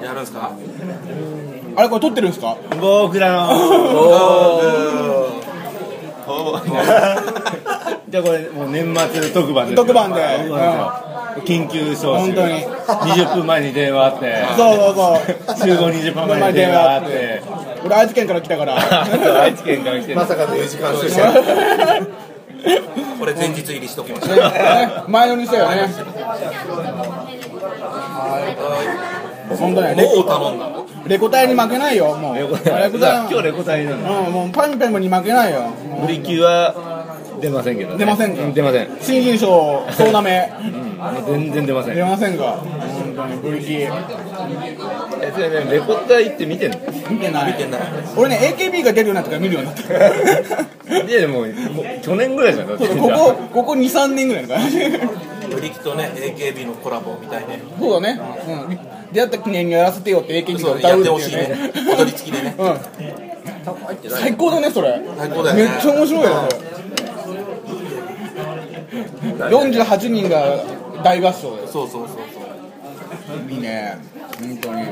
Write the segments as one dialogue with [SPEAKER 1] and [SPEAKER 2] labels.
[SPEAKER 1] やるんですか
[SPEAKER 2] あれこれ撮ってるんですか
[SPEAKER 3] 僕ら のじゃあこれもう年末特番ですよ
[SPEAKER 2] 特番で
[SPEAKER 3] そうなんですよ緊急招集
[SPEAKER 2] 本当に
[SPEAKER 3] 20分前に電話あって
[SPEAKER 2] そうそうそう
[SPEAKER 3] 集合20分前に電話あって
[SPEAKER 2] 俺愛知県から来たから
[SPEAKER 3] 愛知県から来てる
[SPEAKER 4] まさかの4時間スペシャル
[SPEAKER 1] これ前日入りしときましょう
[SPEAKER 2] ね前乗りしてよね本当にレ
[SPEAKER 1] もう頼んだの
[SPEAKER 2] レコ大に負けないよもう
[SPEAKER 3] レコ
[SPEAKER 2] レコ大
[SPEAKER 3] 今日レコ大なの
[SPEAKER 2] うんもうパンパンに負けないよもう
[SPEAKER 3] ブリキュは出ませんけどね
[SPEAKER 2] 出ませんか
[SPEAKER 3] う出ません
[SPEAKER 2] 新人賞総なめ
[SPEAKER 3] もう全然出ません
[SPEAKER 2] 出ませんか本当にブリキ
[SPEAKER 3] えそれねレコ大って見てんの
[SPEAKER 2] 見てない
[SPEAKER 1] 見てない
[SPEAKER 2] 俺ね AKB が出るようになってから見るようになった
[SPEAKER 3] いやでももう去年ぐらいじゃんだって
[SPEAKER 2] そうそうこここ こ23年ぐらいのかな
[SPEAKER 1] ブリキとね AKB のコラボみたいね
[SPEAKER 2] そうだね、うん、出会った記念にやらせてよって AKB が
[SPEAKER 1] そう
[SPEAKER 2] 歌
[SPEAKER 1] や
[SPEAKER 2] う
[SPEAKER 1] っ
[SPEAKER 2] ってて
[SPEAKER 1] ほ
[SPEAKER 2] い
[SPEAKER 1] し
[SPEAKER 2] う
[SPEAKER 1] いね
[SPEAKER 2] ね
[SPEAKER 1] 踊り付きでね
[SPEAKER 2] うん、最高だねそれ
[SPEAKER 1] 最高だよね
[SPEAKER 2] めっちゃ面白いよ四十八人が大合唱です
[SPEAKER 1] そうそうそうそう
[SPEAKER 2] いいね本当に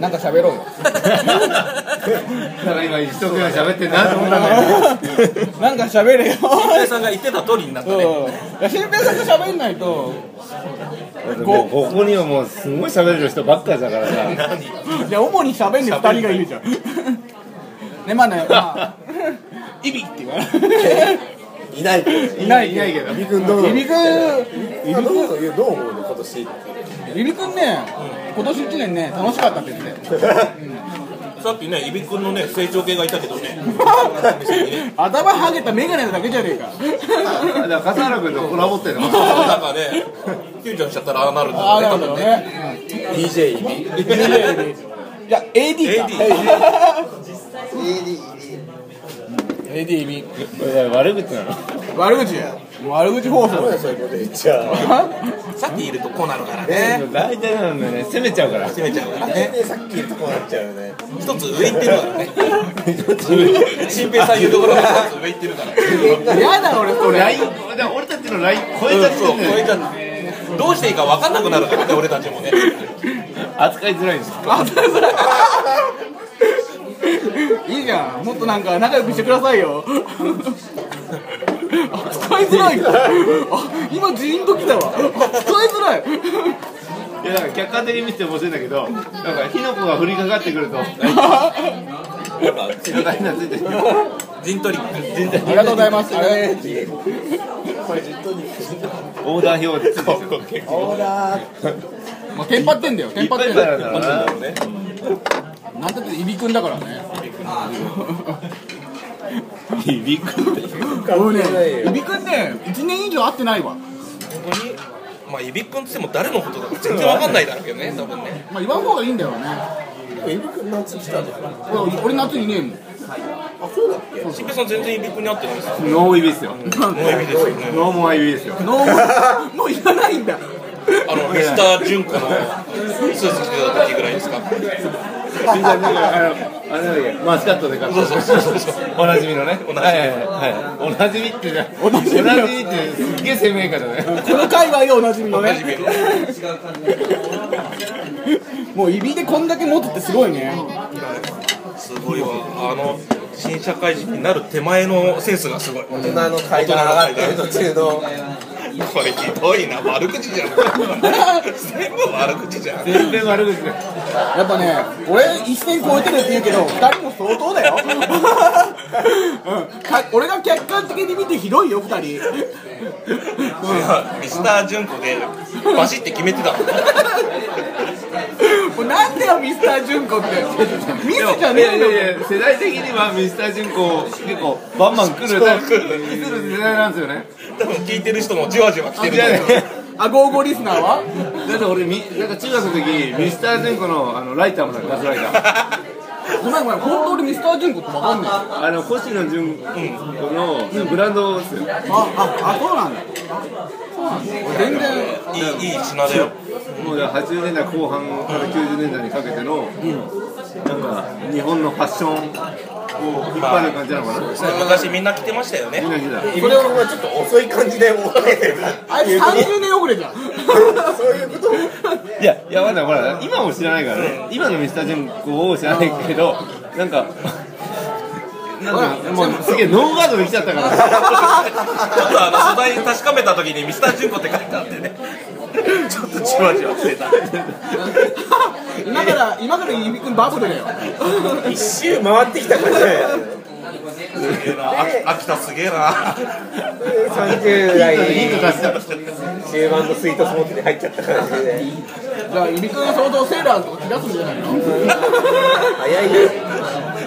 [SPEAKER 2] なんか喋ろうよ
[SPEAKER 3] なんか今一生懸命喋ってんなと思ったんだよ
[SPEAKER 2] なんか喋れよ
[SPEAKER 1] 新平さんが言ってた通りになったね
[SPEAKER 2] うんいや新平さんが喋んないと
[SPEAKER 3] こここにはもうすごい喋れる人ばっかだからさ
[SPEAKER 2] いや主に喋んね二人がいるじゃんねまあねまあイビって言わない
[SPEAKER 4] いない
[SPEAKER 2] いないいない
[SPEAKER 3] けど
[SPEAKER 4] ゆびくんどう
[SPEAKER 2] イビく
[SPEAKER 4] ゆびくんどうどう思うの今年
[SPEAKER 2] んイビくんね今年一年ね楽しかったって言って たよ
[SPEAKER 1] さっきねいびくんのね成長系がいたけど ね
[SPEAKER 2] 頭はげたメガネだけじゃねえか
[SPEAKER 3] だから笠原君とコラボってんの
[SPEAKER 1] そうなんかねキュンちゃんしちゃったらああなるんだ
[SPEAKER 2] ああな
[SPEAKER 1] ろ
[SPEAKER 2] る
[SPEAKER 1] う
[SPEAKER 2] ほ
[SPEAKER 1] ね
[SPEAKER 2] どね
[SPEAKER 4] DJ いび
[SPEAKER 2] いや AD か AD イビ
[SPEAKER 3] 悪口なの
[SPEAKER 2] 悪口や悪口放送
[SPEAKER 4] そういうこと言っちゃう
[SPEAKER 1] 多分ねさっきいるとこうなるからね
[SPEAKER 3] 大体なんだよね攻めちゃうから
[SPEAKER 1] 攻めちゃうからね
[SPEAKER 4] ねさっき言ったこうなっちゃうよね
[SPEAKER 1] 一つ上行ってるからね新平さん言うところが一つ上行ってるからね
[SPEAKER 2] やだ俺そ
[SPEAKER 3] ライ
[SPEAKER 2] れ
[SPEAKER 3] ン俺たちのライン超えちゃって
[SPEAKER 1] そう
[SPEAKER 3] る
[SPEAKER 1] 超え
[SPEAKER 3] ね
[SPEAKER 1] ちゃってどうしていいか分かんなくなるからね俺たちもね
[SPEAKER 3] 扱いづらいんです
[SPEAKER 2] あそれそれいいじゃんもっとなんか仲良くしてくださいよ扱いづ らいあ今ジーンときたわ扱いづ らい
[SPEAKER 3] いやだから客観的に見てて面白いんだけどなんか火の粉が降りかかってくると火の粉がついてる
[SPEAKER 1] 陣取りッ
[SPEAKER 2] ありがとうございますあれ
[SPEAKER 3] オーダー表ついてる
[SPEAKER 2] もうテンパってんだよテンパってんだよ
[SPEAKER 3] だからな
[SPEAKER 2] なんたっていびくんだからね
[SPEAKER 3] いびくって
[SPEAKER 2] 俺ねいびくんね1年以上会ってないわ
[SPEAKER 1] まあいびっくんっつっても誰のことだか全然分かんないだろうけどね多分ね
[SPEAKER 2] まあ言わん方がいいんだよね
[SPEAKER 4] いびくん夏来たんだよ
[SPEAKER 2] 俺俺夏にいねえもん
[SPEAKER 4] あそうだっけ
[SPEAKER 1] 新平さん全然いびっくんに会ってないですよ
[SPEAKER 3] ノーイビですよ
[SPEAKER 1] もういびですよね
[SPEAKER 3] ノーモアイビですよ
[SPEAKER 2] ノー もうもういらないんだ
[SPEAKER 1] あのミスター純子のスーツ着てた時ぐらいですか
[SPEAKER 3] あの、あれだっけマスカットで買った。 おなじみのね。おなじみ。はい。おなじみってじゃ、おなじみってすっげえ鮮明かだね。
[SPEAKER 2] この界隈でおなじみの
[SPEAKER 1] おなじ
[SPEAKER 2] ね
[SPEAKER 1] みの
[SPEAKER 2] もういびでこんだけ持つってすごいね
[SPEAKER 1] すごいわあの新社会人になる手前のセンスがすごいこ
[SPEAKER 4] 大人の階段上がってる途中の
[SPEAKER 1] れひどいな悪口 じゃん全部悪口じゃん
[SPEAKER 3] 全然悪口だよ。
[SPEAKER 2] やっぱね、俺一線超えてるって言うけど、二人も相当だよ。 うん、か俺が客観的に見てひどいよ、二人。
[SPEAKER 1] ミスター純子でバシって決めてたもん
[SPEAKER 2] もうなんだよ、ミスター純子って。ミスじゃ
[SPEAKER 3] い
[SPEAKER 2] ね
[SPEAKER 3] や
[SPEAKER 2] え
[SPEAKER 3] い
[SPEAKER 2] んだよ。
[SPEAKER 3] やいや、世代的にはミスター純子結構バンバン来るタイプ、来る世代なんですよね。
[SPEAKER 1] 多分聞いてる人もじわじわ来てる
[SPEAKER 3] じゃあね。
[SPEAKER 2] あ、ゴーゴーリスナーは
[SPEAKER 3] だって俺み、なんか中学の時、ミスター純子のあのライターもなんかガスライター。
[SPEAKER 2] ごめんごめん、本当にミスター純子ってわかんない。あ、
[SPEAKER 3] あの、星野純子のブランドですよ。
[SPEAKER 2] あ、あ、そうなんだ。そうなんだ。俺全然。
[SPEAKER 1] いいいい品だよ
[SPEAKER 3] もうだから80年代後半から90年代にかけての、なんか日本のファッションを引っ張る感じなのかな、
[SPEAKER 1] 昔みんな着てましたよ
[SPEAKER 3] み
[SPEAKER 1] ね
[SPEAKER 3] んな来た
[SPEAKER 4] いびくんはちょっと遅い感じで追っかけてる
[SPEAKER 2] あれ30年遅れじゃん。
[SPEAKER 4] そうそういうこと
[SPEAKER 3] いや、いや、まだほら、今も知らないからね、今のミスタージュンコを知らないけど、なんか。なんか、もう、すげえノーガードできちゃったから。
[SPEAKER 1] ちょっとあの素材確かめた時にミスタージュンコって書いてあってねちょっとじわじわしてた
[SPEAKER 2] 今から今からゆみくんバブルだよ
[SPEAKER 4] 一周回ってきたからね
[SPEAKER 1] すげえなあ秋田すげえな
[SPEAKER 4] 30
[SPEAKER 3] ヒント
[SPEAKER 4] 代
[SPEAKER 3] 出しちゃった。
[SPEAKER 4] 中盤のスイートスポットに入っちゃった感じで
[SPEAKER 2] じゃあゆみくんが相当セーラーとか着出すんじゃないの
[SPEAKER 4] 早いよ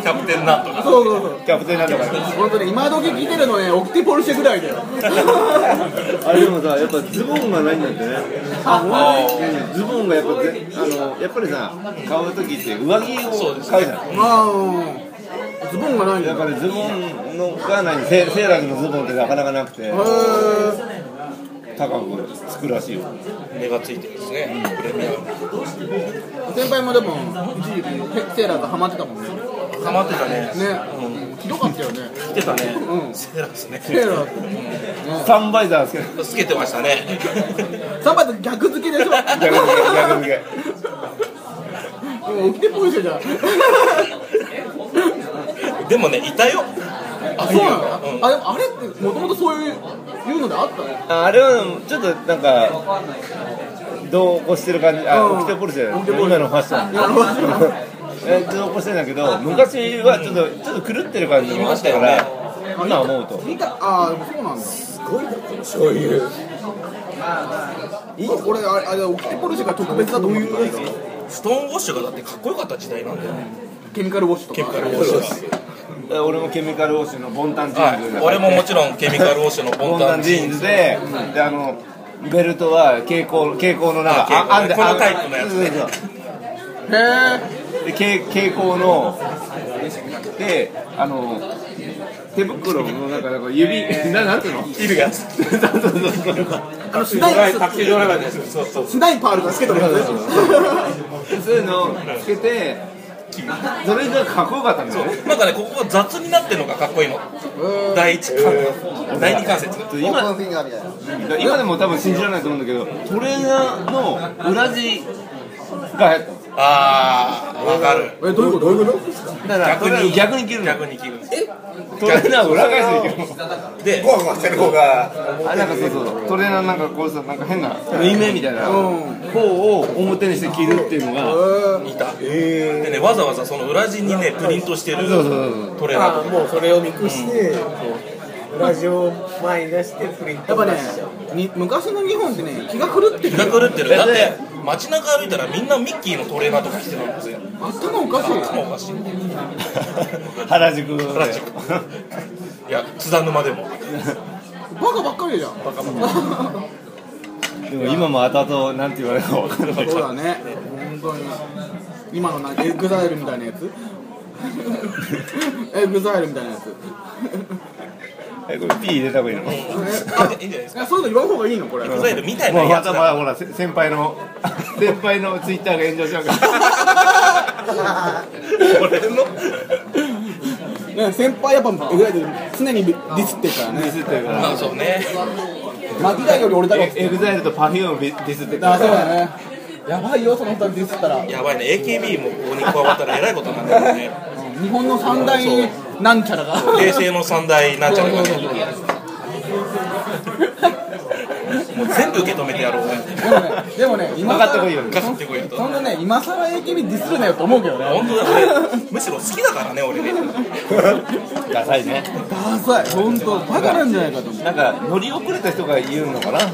[SPEAKER 1] キャプテンなんとか
[SPEAKER 2] そうそうそう
[SPEAKER 3] キャプテンなんだから。
[SPEAKER 2] 本当に今時着てるのねオクティポルシェぐらいだよ
[SPEAKER 3] あれでもさ、やっぱズボンがないんだってね。あ、ほズボンがやっぱぜ、あの、やっぱりさ、買う時って上着を買うじゃん。
[SPEAKER 2] まあズボンがないんだ
[SPEAKER 3] だ
[SPEAKER 2] よへ
[SPEAKER 3] からズボンのがない、セセーラーのズボンってなかなかなくて、
[SPEAKER 2] ー
[SPEAKER 3] 高くつくらしいよ。
[SPEAKER 1] 目がついてるんですねプレミアム
[SPEAKER 2] 先輩もでも一時期セーラーがハマってたもんね
[SPEAKER 1] ハマってたね
[SPEAKER 2] ね、ひどかったよね
[SPEAKER 1] 来てたね
[SPEAKER 2] うん
[SPEAKER 1] セーラーですね
[SPEAKER 2] セーラーって
[SPEAKER 3] サンバイザーつける。
[SPEAKER 1] つけてましたね
[SPEAKER 2] サバと逆付けでしょ
[SPEAKER 3] 逆付け、逆付け。
[SPEAKER 2] 今起きてポルシェじゃん
[SPEAKER 1] でもねいたよ
[SPEAKER 2] あそうなのあでもあれってもともとそういういうのであったの
[SPEAKER 3] ああれはちょっとなんか同行してる感じあ、
[SPEAKER 2] うん
[SPEAKER 3] オキテポルシェ今のファッション
[SPEAKER 2] なるほど
[SPEAKER 3] え同行してんだけど昔はちょっとちょっと狂ってる感じもあったから今思うと
[SPEAKER 2] 見たあーでもそうなんだ
[SPEAKER 4] そういう
[SPEAKER 2] これあれあれオキテポルシェが特別だと思ってた
[SPEAKER 1] ストーンウォッシュがだってかっこよかった時代なんだよね
[SPEAKER 2] ケミカルウォッシュとか
[SPEAKER 1] ケミカルウォッシュ
[SPEAKER 3] え俺もケミカルウォッシュのボンタンジ
[SPEAKER 1] がは
[SPEAKER 3] ーンズ
[SPEAKER 1] い俺ももちろんケミカルウォッシュの
[SPEAKER 3] ボ
[SPEAKER 1] ボ
[SPEAKER 3] ン
[SPEAKER 1] ン
[SPEAKER 3] タ
[SPEAKER 1] タ
[SPEAKER 3] ン
[SPEAKER 1] ン
[SPEAKER 3] ジ
[SPEAKER 1] ジ
[SPEAKER 3] ー
[SPEAKER 1] ー
[SPEAKER 3] ン
[SPEAKER 1] ン
[SPEAKER 3] ズ
[SPEAKER 1] ズ
[SPEAKER 3] でであのベルトは蛍光蛍光の中
[SPEAKER 1] あ蛍光
[SPEAKER 3] んで
[SPEAKER 1] このタイプのやつ
[SPEAKER 3] そうそうそう
[SPEAKER 2] へ
[SPEAKER 3] で蛍蛍光のであの手袋の中なんか指 ななんていうの
[SPEAKER 1] いるやつ
[SPEAKER 3] そうそうそうそう
[SPEAKER 2] ーあのスナイ
[SPEAKER 4] タクシードライバーです
[SPEAKER 1] そうそう
[SPEAKER 2] スナイパールがつけてるやつね
[SPEAKER 3] そういうのをつけて、それがかっこよかったんだよね。
[SPEAKER 1] なんかねここが雑になってるのがかっこいいの第一関節第二関節
[SPEAKER 3] 今今でも多分信じられないと思うんだけど、トレーナーの裏地が流行ったんですよ。
[SPEAKER 1] ああわかる
[SPEAKER 2] えどういうことどういうこと
[SPEAKER 3] だから
[SPEAKER 1] 逆に
[SPEAKER 3] 逆に着るの。
[SPEAKER 1] 逆に切るんです
[SPEAKER 3] トレーナーを裏返していける
[SPEAKER 1] で
[SPEAKER 4] ゴワゴワしてる方が
[SPEAKER 3] の。あ、なんかそうそうそう。トレーナーなんかこうさ、なんか変な縫い目みたいな方を表にして着るっていうのが、
[SPEAKER 1] いたでねわざわざその裏地にねプリントしてる
[SPEAKER 3] そうそうそう
[SPEAKER 1] トレーナーとか
[SPEAKER 4] もうそれを見越してラジオ前に出してプリン
[SPEAKER 2] や
[SPEAKER 4] ト
[SPEAKER 2] っぱねに昔の日本ってね気が狂って
[SPEAKER 1] 気
[SPEAKER 2] る
[SPEAKER 1] が狂ってる
[SPEAKER 3] え
[SPEAKER 1] だっ
[SPEAKER 3] で
[SPEAKER 1] て街中歩いたらみんなミッキーのトレーナーとか着てるんですよ
[SPEAKER 2] 頭おかしい
[SPEAKER 1] 頭おかしい
[SPEAKER 3] 原宿で。
[SPEAKER 1] 原宿いや津田沼でも
[SPEAKER 2] バカばっかりじゃん
[SPEAKER 3] でも今も後々なんて言われるかわかんない。
[SPEAKER 2] そうだね本当に今のなんかエグザイルみたいなや つエグザイルみたいなやつ
[SPEAKER 3] え、これ P 入れた方がいいの
[SPEAKER 1] いいんじゃないですか
[SPEAKER 2] いやそういうの言わん方がいいのこれ
[SPEAKER 1] エグザイルみたいな
[SPEAKER 3] もうま
[SPEAKER 1] やつ
[SPEAKER 3] た
[SPEAKER 1] だ
[SPEAKER 3] まあほらせ先輩の先輩のツイッターが炎上しちゃうから
[SPEAKER 1] 俺の
[SPEAKER 2] ね先輩やっぱエグザイル常にディスってるからね
[SPEAKER 3] ディスってるか
[SPEAKER 1] ま
[SPEAKER 3] ら
[SPEAKER 1] あそうね
[SPEAKER 2] 巻きたいより俺だろ
[SPEAKER 3] エエグザイルとパフュームディスってる
[SPEAKER 2] あ
[SPEAKER 3] か
[SPEAKER 2] そう
[SPEAKER 3] ら
[SPEAKER 2] だねやばいよその二人ディスったら
[SPEAKER 1] やばいね AKB もここに加わったらえらいことになってるね
[SPEAKER 2] 日本の三大なんちゃら が
[SPEAKER 1] 平成の三大なんちゃらがねもう全部受け止めてやろうね
[SPEAKER 2] でもねでもね今
[SPEAKER 3] かかってこいよ
[SPEAKER 1] かかってこいよと
[SPEAKER 2] そんなね今更 AKB ディスるなよと思うけどね
[SPEAKER 1] 本当だねむしろ好きだからね俺ね
[SPEAKER 3] ダサいね
[SPEAKER 2] ダサい本当バカなんじゃないかと思う
[SPEAKER 3] なんか乗り遅れた人が言うのかな
[SPEAKER 2] そ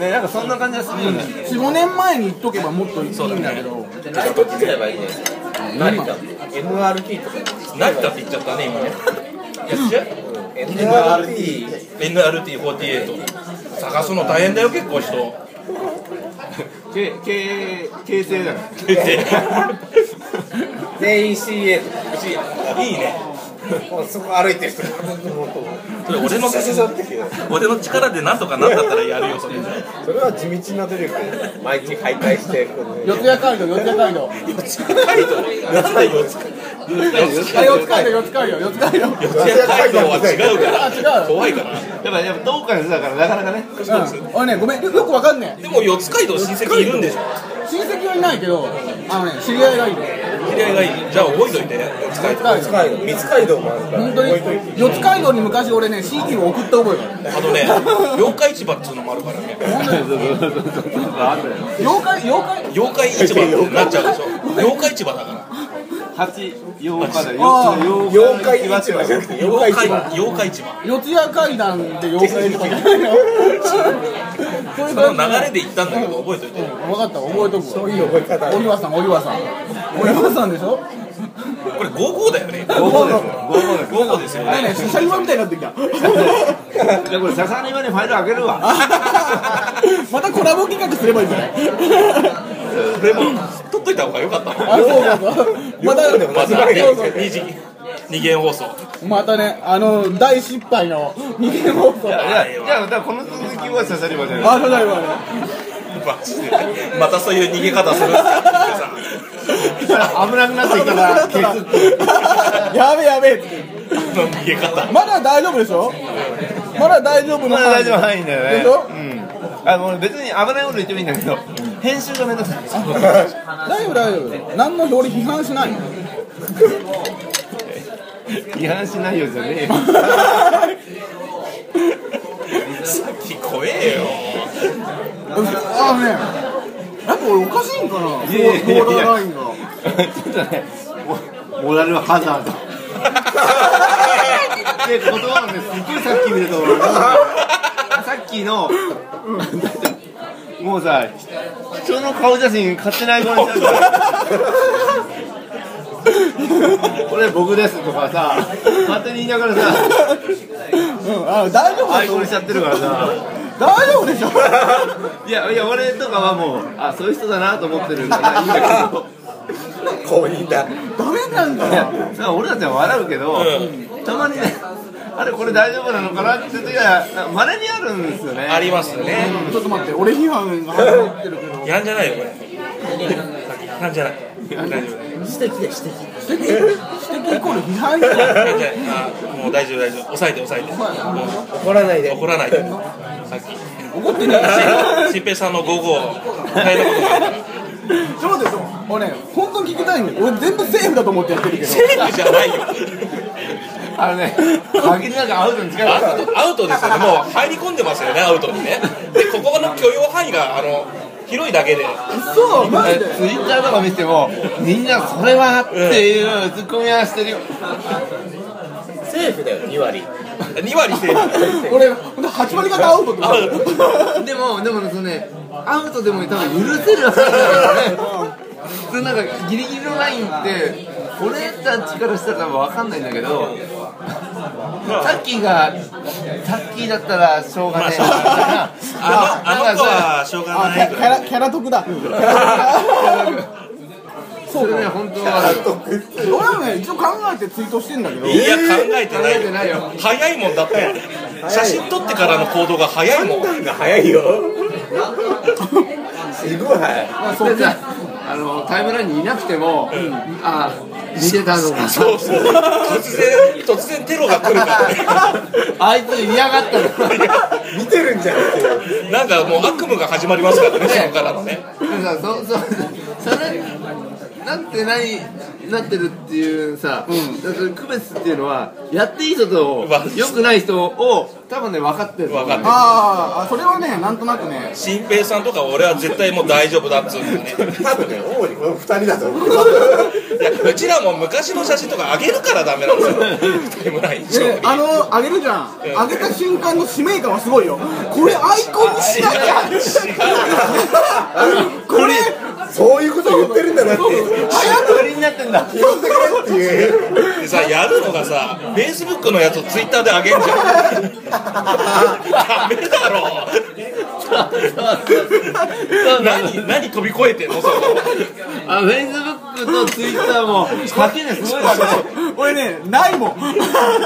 [SPEAKER 3] ねなんかそんな感じがするよね
[SPEAKER 2] 45年前に言っとけばもっといいんだけど
[SPEAKER 4] あどっちすればいいんです
[SPEAKER 2] 何か
[SPEAKER 4] MRT とか
[SPEAKER 1] 成田って言っちゃったね今ねいや違う
[SPEAKER 4] MRT
[SPEAKER 1] NRT48 探すの大変だよ結構人
[SPEAKER 3] けけ形成だから
[SPEAKER 1] 言って
[SPEAKER 4] 全員 CA と
[SPEAKER 1] いいね
[SPEAKER 4] かそこ歩いてる人そ
[SPEAKER 1] それ俺の俺の力でなんとかなんだったらやるよそれ
[SPEAKER 4] それは地道な努力で 毎日徘徊してこうね
[SPEAKER 2] 四谷街道四谷街道
[SPEAKER 1] 四つ街道なんだよ四つ街
[SPEAKER 2] あ四つ回だよ四つ回よ四つ回よ
[SPEAKER 1] 四谷街道は違うから
[SPEAKER 2] あ違う
[SPEAKER 1] 怖いから
[SPEAKER 3] やっぱやっぱ東海の人だからなかなかね
[SPEAKER 2] うん俺ねごめんよくわかんねえ
[SPEAKER 1] でも四街道親戚いるんでしょ
[SPEAKER 2] 親戚はいないけどあのね知り合いがいる
[SPEAKER 1] 知り合いがいいじゃあ覚えといて四つ街道
[SPEAKER 2] 四つ街
[SPEAKER 4] 道三つ街道もあるから
[SPEAKER 2] 本当に四つ街道に昔俺ね CD を送った覚えがある
[SPEAKER 1] あとね妖怪市場っつうのもあるからね
[SPEAKER 2] 妖怪妖怪
[SPEAKER 1] 妖怪市場ってなっちゃうでしょ妖怪市場だから
[SPEAKER 3] 八八日だ
[SPEAKER 2] あ
[SPEAKER 3] よ
[SPEAKER 4] 妖怪市場じゃなくて妖
[SPEAKER 1] 妖
[SPEAKER 4] 怪
[SPEAKER 1] 怪
[SPEAKER 4] 市場
[SPEAKER 1] 妖怪市場
[SPEAKER 2] 四谷階段で妖怪とかじゃないのそういう
[SPEAKER 1] その
[SPEAKER 2] 感
[SPEAKER 1] 流
[SPEAKER 2] じ
[SPEAKER 1] れで行ったんだけど覚えといて
[SPEAKER 2] 分かった覚えとく
[SPEAKER 4] そ
[SPEAKER 2] わ
[SPEAKER 4] ういう覚え方あ
[SPEAKER 2] お
[SPEAKER 4] る
[SPEAKER 2] 岩さんお岩さんお岩さんでしょ
[SPEAKER 1] これ55だよね
[SPEAKER 3] 五号ですよ五号
[SPEAKER 1] 55
[SPEAKER 3] です
[SPEAKER 1] ですよ
[SPEAKER 2] ねえね
[SPEAKER 1] ね
[SPEAKER 2] えシャリマみたいになってきた
[SPEAKER 3] じゃあこれささにまでファイル開けるわ
[SPEAKER 2] またコラボ企画すればいいんじゃない
[SPEAKER 1] これも取っといた方が良かったな
[SPEAKER 2] あそうかそうまた
[SPEAKER 1] まず
[SPEAKER 2] そうそう
[SPEAKER 1] 2次二元放送
[SPEAKER 2] またね、あの大失敗の人間放送。
[SPEAKER 3] いやいやじゃあだからこの続きはささにまでやる
[SPEAKER 2] あ、そうだよ、ね。
[SPEAKER 1] マジでまたそういう逃げ方するんですよ
[SPEAKER 3] 危なくなってきたらケツって
[SPEAKER 2] やべやべって。
[SPEAKER 1] あの逃げ方
[SPEAKER 2] まだ大丈夫でしょまだ大丈夫の。
[SPEAKER 3] まだ大丈夫範囲だよね
[SPEAKER 2] でしょ
[SPEAKER 3] うんあの別に危ないこと言ってもいいんだけど編集がめんどくさい
[SPEAKER 2] 大丈夫、大丈夫。何も俺批判しないよ。
[SPEAKER 3] 違反しないよじゃねえよ
[SPEAKER 1] 聞こえよ
[SPEAKER 2] あのね、やっぱ俺おかしいんかな。ボ
[SPEAKER 3] いやいやいや
[SPEAKER 2] ーダーラインが。
[SPEAKER 3] ちょっとね、モラルハザー ド。で、言葉なんです。すっごいさっき見ると思う。さっきの、もうさ、人の顔写真勝手ない子にしちゃう から。これ僕ですとかさ、勝手に言いながらさ、
[SPEAKER 2] うん、あ、大丈夫
[SPEAKER 3] ア
[SPEAKER 2] だ
[SPEAKER 3] イ
[SPEAKER 2] と
[SPEAKER 3] コ
[SPEAKER 2] 思
[SPEAKER 3] ン
[SPEAKER 2] う
[SPEAKER 3] しちゃってるからさ。
[SPEAKER 2] 大丈夫でしょ
[SPEAKER 3] いや、いや、俺とかはもう、あ、そういう人だなと思ってるからいいんだけど。
[SPEAKER 4] 公認だ
[SPEAKER 2] ダメなんだ
[SPEAKER 3] い
[SPEAKER 2] な。
[SPEAKER 3] やさ俺たちは笑うけど、たまにねあれこれ大丈夫なのかなって時はまれにあるんですよね
[SPEAKER 1] ありますね
[SPEAKER 2] ちょっと待って、俺批判が始まってるけど。
[SPEAKER 1] やんじゃないよこれなんじゃない大丈夫
[SPEAKER 2] 指摘、指摘イコール批判じゃない。
[SPEAKER 1] 大丈夫あもう大丈夫大丈夫抑えて抑えても
[SPEAKER 4] 怒らないうで
[SPEAKER 1] 怒らないでさっき
[SPEAKER 2] 怒ってねえ。
[SPEAKER 1] 新平さんの午後大変なことがあるから
[SPEAKER 2] そうでしょ俺ね本当に聞きたいんだよ俺全部セーフだと思ってやってるけど
[SPEAKER 1] セーフじゃないよ
[SPEAKER 3] あのね限りなくアウトに近いか
[SPEAKER 1] ア
[SPEAKER 3] ら
[SPEAKER 1] ウトアウトですよねもう入り込んでますよねアウトにねでここの許容範囲があの広いだけで
[SPEAKER 2] そうマジで
[SPEAKER 3] ツイッターとか見てもみんなそれはっていうツッコミはしてるよ
[SPEAKER 4] セーフだよ2割
[SPEAKER 1] 2割セーフ
[SPEAKER 2] 俺ほんと8割方アウトってこと
[SPEAKER 3] でもでもねそのねアウトでも多分許せるはずなんだよねそのなんかギリギリのラインって俺たちからしたら多分分かんないんだけどタッキーがタッキーだったらしょうがねえなみたい
[SPEAKER 1] あ
[SPEAKER 3] な
[SPEAKER 1] のあ
[SPEAKER 3] な
[SPEAKER 1] の
[SPEAKER 3] んか
[SPEAKER 1] 子
[SPEAKER 3] さ
[SPEAKER 1] はしょうが
[SPEAKER 2] あキ
[SPEAKER 1] ない
[SPEAKER 2] ャ
[SPEAKER 1] ぐ
[SPEAKER 2] キ
[SPEAKER 1] らい
[SPEAKER 2] ャラキャラ得だ
[SPEAKER 3] それね本当は
[SPEAKER 2] 俺はね一応考えてツイートしてんだけど
[SPEAKER 1] いや考えて
[SPEAKER 3] 考
[SPEAKER 1] な
[SPEAKER 3] え
[SPEAKER 1] い
[SPEAKER 3] て
[SPEAKER 1] よ
[SPEAKER 3] ないよ
[SPEAKER 1] 早いもんだって写真撮ってからの行動が早いもん
[SPEAKER 4] 早いよすごい早い
[SPEAKER 3] でさあのタイムラインにいなくても、あ見てたのか
[SPEAKER 1] そうそう突然突然テロが来るからね
[SPEAKER 3] あいつ嫌がったの
[SPEAKER 4] 見てるんじゃんっていう
[SPEAKER 1] なんかもう悪夢が始まりますからねそこからのね
[SPEAKER 3] でさそそそれなってないなってるっていうさ、だから区別っていうのはやっていい人と
[SPEAKER 1] わ
[SPEAKER 3] 良くない人を多分ね分かってると思う
[SPEAKER 1] 分かって
[SPEAKER 2] あーあそれはねなんとなくね
[SPEAKER 1] 新平さんとか俺は絶対もう大丈夫だっつうんだよね
[SPEAKER 4] 多分ね主にこの2人だと思う
[SPEAKER 1] いやうちらも昔の写真とか上げるからダメなんですよタイムライン上に
[SPEAKER 2] であのあげるじゃんあげた瞬間の使命感はすごいよこれアイコンにしなきゃこれ
[SPEAKER 4] そういうこと言ってるんだなって
[SPEAKER 3] 早くになってんだ
[SPEAKER 4] 言ってくれっていう
[SPEAKER 1] でさやるのがさフェイスブックのやつをツイッターで上げんじゃんダメだろ何何飛び越えてんのそこ
[SPEAKER 3] あフェイスブックとツイッターも垣根すごいわ
[SPEAKER 2] 俺ねないもん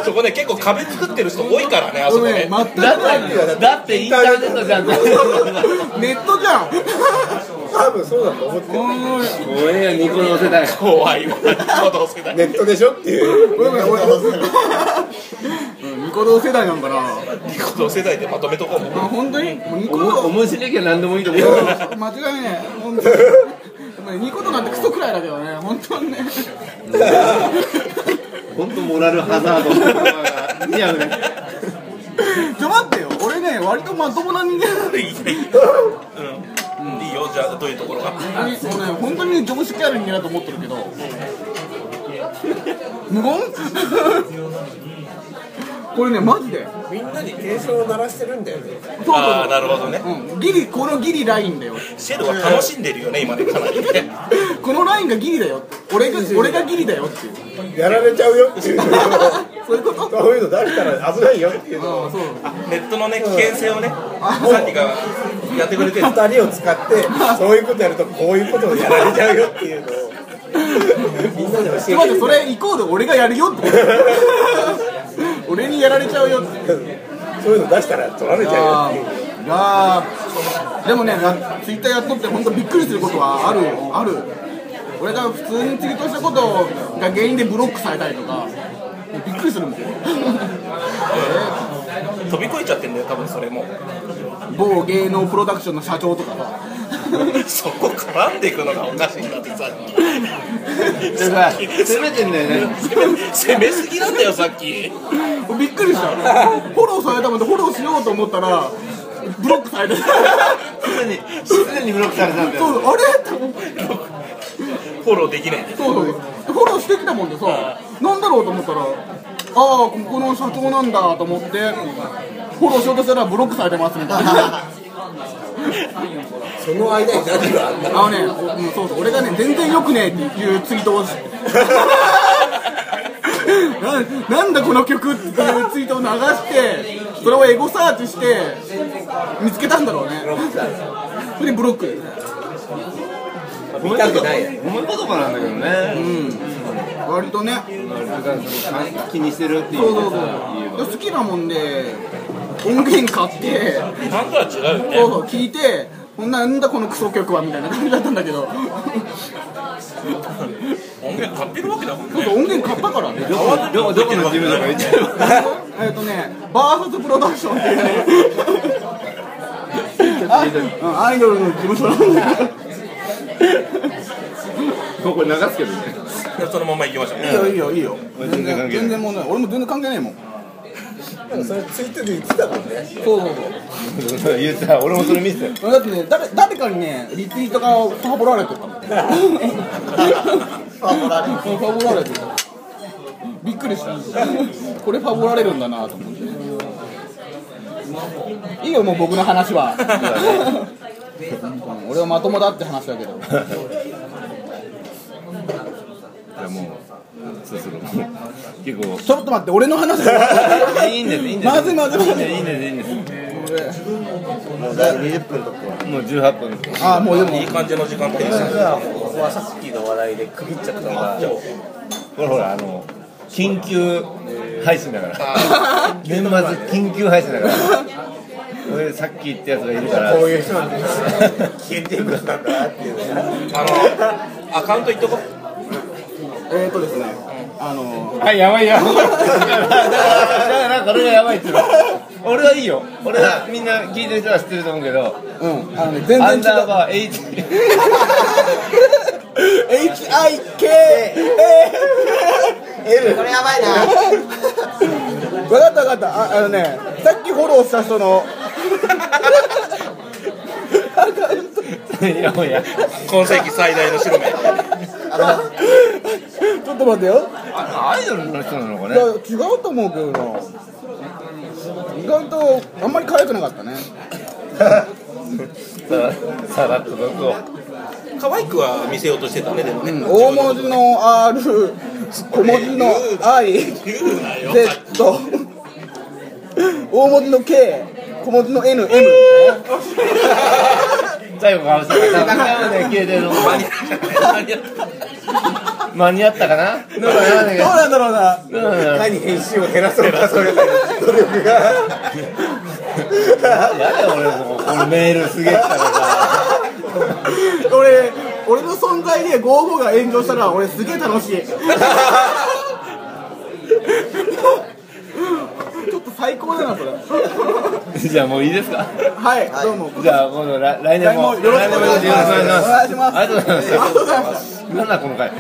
[SPEAKER 1] そこね結構壁作ってる人多いからねあそこ
[SPEAKER 2] 俺ね
[SPEAKER 1] ね
[SPEAKER 2] 全く
[SPEAKER 3] だってだってインターネットじゃん
[SPEAKER 2] ネットじゃん
[SPEAKER 4] 多分そうだと思ってる
[SPEAKER 3] 怖えよ、ニコの世代。
[SPEAKER 1] 怖いわ行動世代
[SPEAKER 4] ネットでしょっていう
[SPEAKER 2] ごめんごめんうんニコ動世代なんかな
[SPEAKER 1] 行動世代でまとめとこうも
[SPEAKER 2] あ本当にもうニ
[SPEAKER 3] お
[SPEAKER 2] コ
[SPEAKER 3] も
[SPEAKER 2] 動
[SPEAKER 3] 面白いけど何でもいいと思う。
[SPEAKER 2] 間違いねえ本当にお前ニコ動なんてクソくらいだけどね本当にね
[SPEAKER 3] 本当モラルハザードの言葉が似合うね。
[SPEAKER 2] ちょ待ってよ俺ね割とまともな人間なんで
[SPEAKER 1] いいねうんいいよじゃあどういうところが
[SPEAKER 2] 本当にもうね本当に常識ある人間だと思ってるけど無言 これねマジで
[SPEAKER 4] みんなに警鐘を鳴らしてるんだよね
[SPEAKER 2] そうそう
[SPEAKER 1] ああなるほどね
[SPEAKER 2] そう、うん、ギリこのギリラインだよ
[SPEAKER 1] シェルは楽しんでるよね今ねかなりね
[SPEAKER 2] このラインがギリだよって俺が俺がギリだよっていう
[SPEAKER 4] やられちゃうよっていうの
[SPEAKER 2] そういうこと
[SPEAKER 4] をそういうの出したら危ないよっていうのを
[SPEAKER 2] ああそう
[SPEAKER 1] ネットのね危険性をねさっきがやってくれてる
[SPEAKER 4] 二人を使ってそういうことやるとこういうことをやられちゃうよっていうのをみんなで教え
[SPEAKER 2] ち
[SPEAKER 4] て
[SPEAKER 2] ょ待ってそれイコール俺がやるよって 俺にやられちゃうよって
[SPEAKER 4] そういうの出したら取られちゃうよっていう
[SPEAKER 2] ああでもねやツイッターやっとって本当びっくりすることはあるよある俺が普通にツイートしたことが原因でブロックされたりとかびっくりするんですよ
[SPEAKER 1] 飛び越えちゃってんだよ多分それも
[SPEAKER 2] 某芸能プロダクションの社長とかさ
[SPEAKER 1] そこ絡んでいくのがおかしいんだってさっき
[SPEAKER 3] 攻めてんだよね。
[SPEAKER 1] 攻め攻めすぎなんだよさっき
[SPEAKER 2] びっくりしたフォローされたもんでフォローしようと思ったらブロックされて
[SPEAKER 3] 常に、常にブロックされたんだよ。
[SPEAKER 2] そうあれって思って
[SPEAKER 1] フォローできない
[SPEAKER 2] そうそうフォローしてきたもんでさ、なんだろうと思ったら、ああ、ここの社長なんだと思って、フォローしようとしたらブロックされてますみたいな、あ
[SPEAKER 4] その間に何があんだ
[SPEAKER 2] のね、うん、そうそう、俺がね、全然よくねえっていうツイートをし ななんだこの曲っていうツイートを流して、それをエゴサーチして、見つけたんだろうね、それでブロックですね。
[SPEAKER 3] 見たくないよ。思い言葉なんだけどね。
[SPEAKER 2] 割とね、
[SPEAKER 3] だからその気にしてるっていう
[SPEAKER 2] そうそう
[SPEAKER 3] さ言え
[SPEAKER 2] そ
[SPEAKER 3] ば
[SPEAKER 2] う、好きなもんで、音源買って、
[SPEAKER 1] なんとは違うよ
[SPEAKER 2] そう
[SPEAKER 1] ね
[SPEAKER 2] そう聞いてこんなんだこのクソ曲はみたいな感じだったんだけど
[SPEAKER 1] 音源買ってるわけだもん
[SPEAKER 2] そう
[SPEAKER 1] ね
[SPEAKER 2] そう音源買ったからね
[SPEAKER 3] どこ、どこ、どこの自分だか言っちゃう。
[SPEAKER 2] えっとねバーサスプロダクションっていうねあうんアイドルの事務所なんだけど
[SPEAKER 3] もうこれ流すけどね。
[SPEAKER 1] そのまま行きましょう
[SPEAKER 2] いいよいいよいいよ
[SPEAKER 3] 全
[SPEAKER 2] 全
[SPEAKER 3] 然
[SPEAKER 2] 然
[SPEAKER 3] 関係ない
[SPEAKER 2] 全然もうね俺も全然関係ねえもん
[SPEAKER 4] なんかそれツイートで言ってたもんね
[SPEAKER 2] そうそう
[SPEAKER 3] 言ってた。俺もそれ見てたよ。
[SPEAKER 2] そうだってね誰誰かにねリツイートがファボられ てたもんファボられてファボられてたびっくりしたこれファボられるんだなと思っていいよもう僕の話はうん俺はまともだって話だけど
[SPEAKER 3] じゃあもう、そろそろもう、結構。
[SPEAKER 2] ちょっと待って俺の話
[SPEAKER 3] いいんです、いいんです。
[SPEAKER 2] まずいまずいまずい
[SPEAKER 3] いいんです、いいんです。
[SPEAKER 4] もう第20分とか
[SPEAKER 3] もう18分です。
[SPEAKER 2] ああもうでも
[SPEAKER 1] いい感じの時間帯でした
[SPEAKER 4] じゃあここはさっきの話題で区切っちゃったのが
[SPEAKER 3] ほらほらあの緊急配信だから年末緊急配信だからそれでさっき言ったやつがいるから
[SPEAKER 4] こういう人なんだ消えていくんだなっていうね
[SPEAKER 1] あのアカウント言っとこう
[SPEAKER 2] えっとですねあの
[SPEAKER 3] あやばいやばいだからだからこれがやばいっていうの俺はいいよ俺はみんな聞いてる人は知ってると思うけど
[SPEAKER 2] うんあのね全
[SPEAKER 3] ア
[SPEAKER 2] 然
[SPEAKER 3] ン
[SPEAKER 2] 違う
[SPEAKER 3] ダーバー H
[SPEAKER 2] HIKL これやばいな分かった分かったああのねさっきフォローした人の
[SPEAKER 3] いやもうや
[SPEAKER 1] 今世紀最大の白目
[SPEAKER 2] ちょっと待ってよ
[SPEAKER 3] あアイドルの人なのか
[SPEAKER 2] いや
[SPEAKER 3] ね
[SPEAKER 2] 違うと思うけどな意外とあんまり可愛くなかったね
[SPEAKER 3] ささらっとどこ
[SPEAKER 1] 可愛くは見せようとしてたねでもね、
[SPEAKER 2] 大文字の R 小文字の IZ
[SPEAKER 1] 言うなよ
[SPEAKER 2] 大文字の K 小文字の NM
[SPEAKER 3] 最後かぶせた中まで消えてるの
[SPEAKER 1] 間に合っ
[SPEAKER 3] 間に合ったかなどう
[SPEAKER 2] どうなんだろうな
[SPEAKER 3] だ
[SPEAKER 4] 何編集を減らそうかそれで努力が
[SPEAKER 3] やだよ俺もうこのメールすげえ来たからさ
[SPEAKER 2] 俺俺の存在で55が炎上したら俺すげえ楽しい ちょっと最高だなそれ
[SPEAKER 3] じゃあもういいですか
[SPEAKER 2] はい、どうも
[SPEAKER 3] じゃあ今度来来年も
[SPEAKER 2] 来年もよろしくお願いします
[SPEAKER 3] 来年もよろ
[SPEAKER 2] お願いしま
[SPEAKER 3] しくお願いします
[SPEAKER 2] す
[SPEAKER 3] ありがとうございますなんだこの回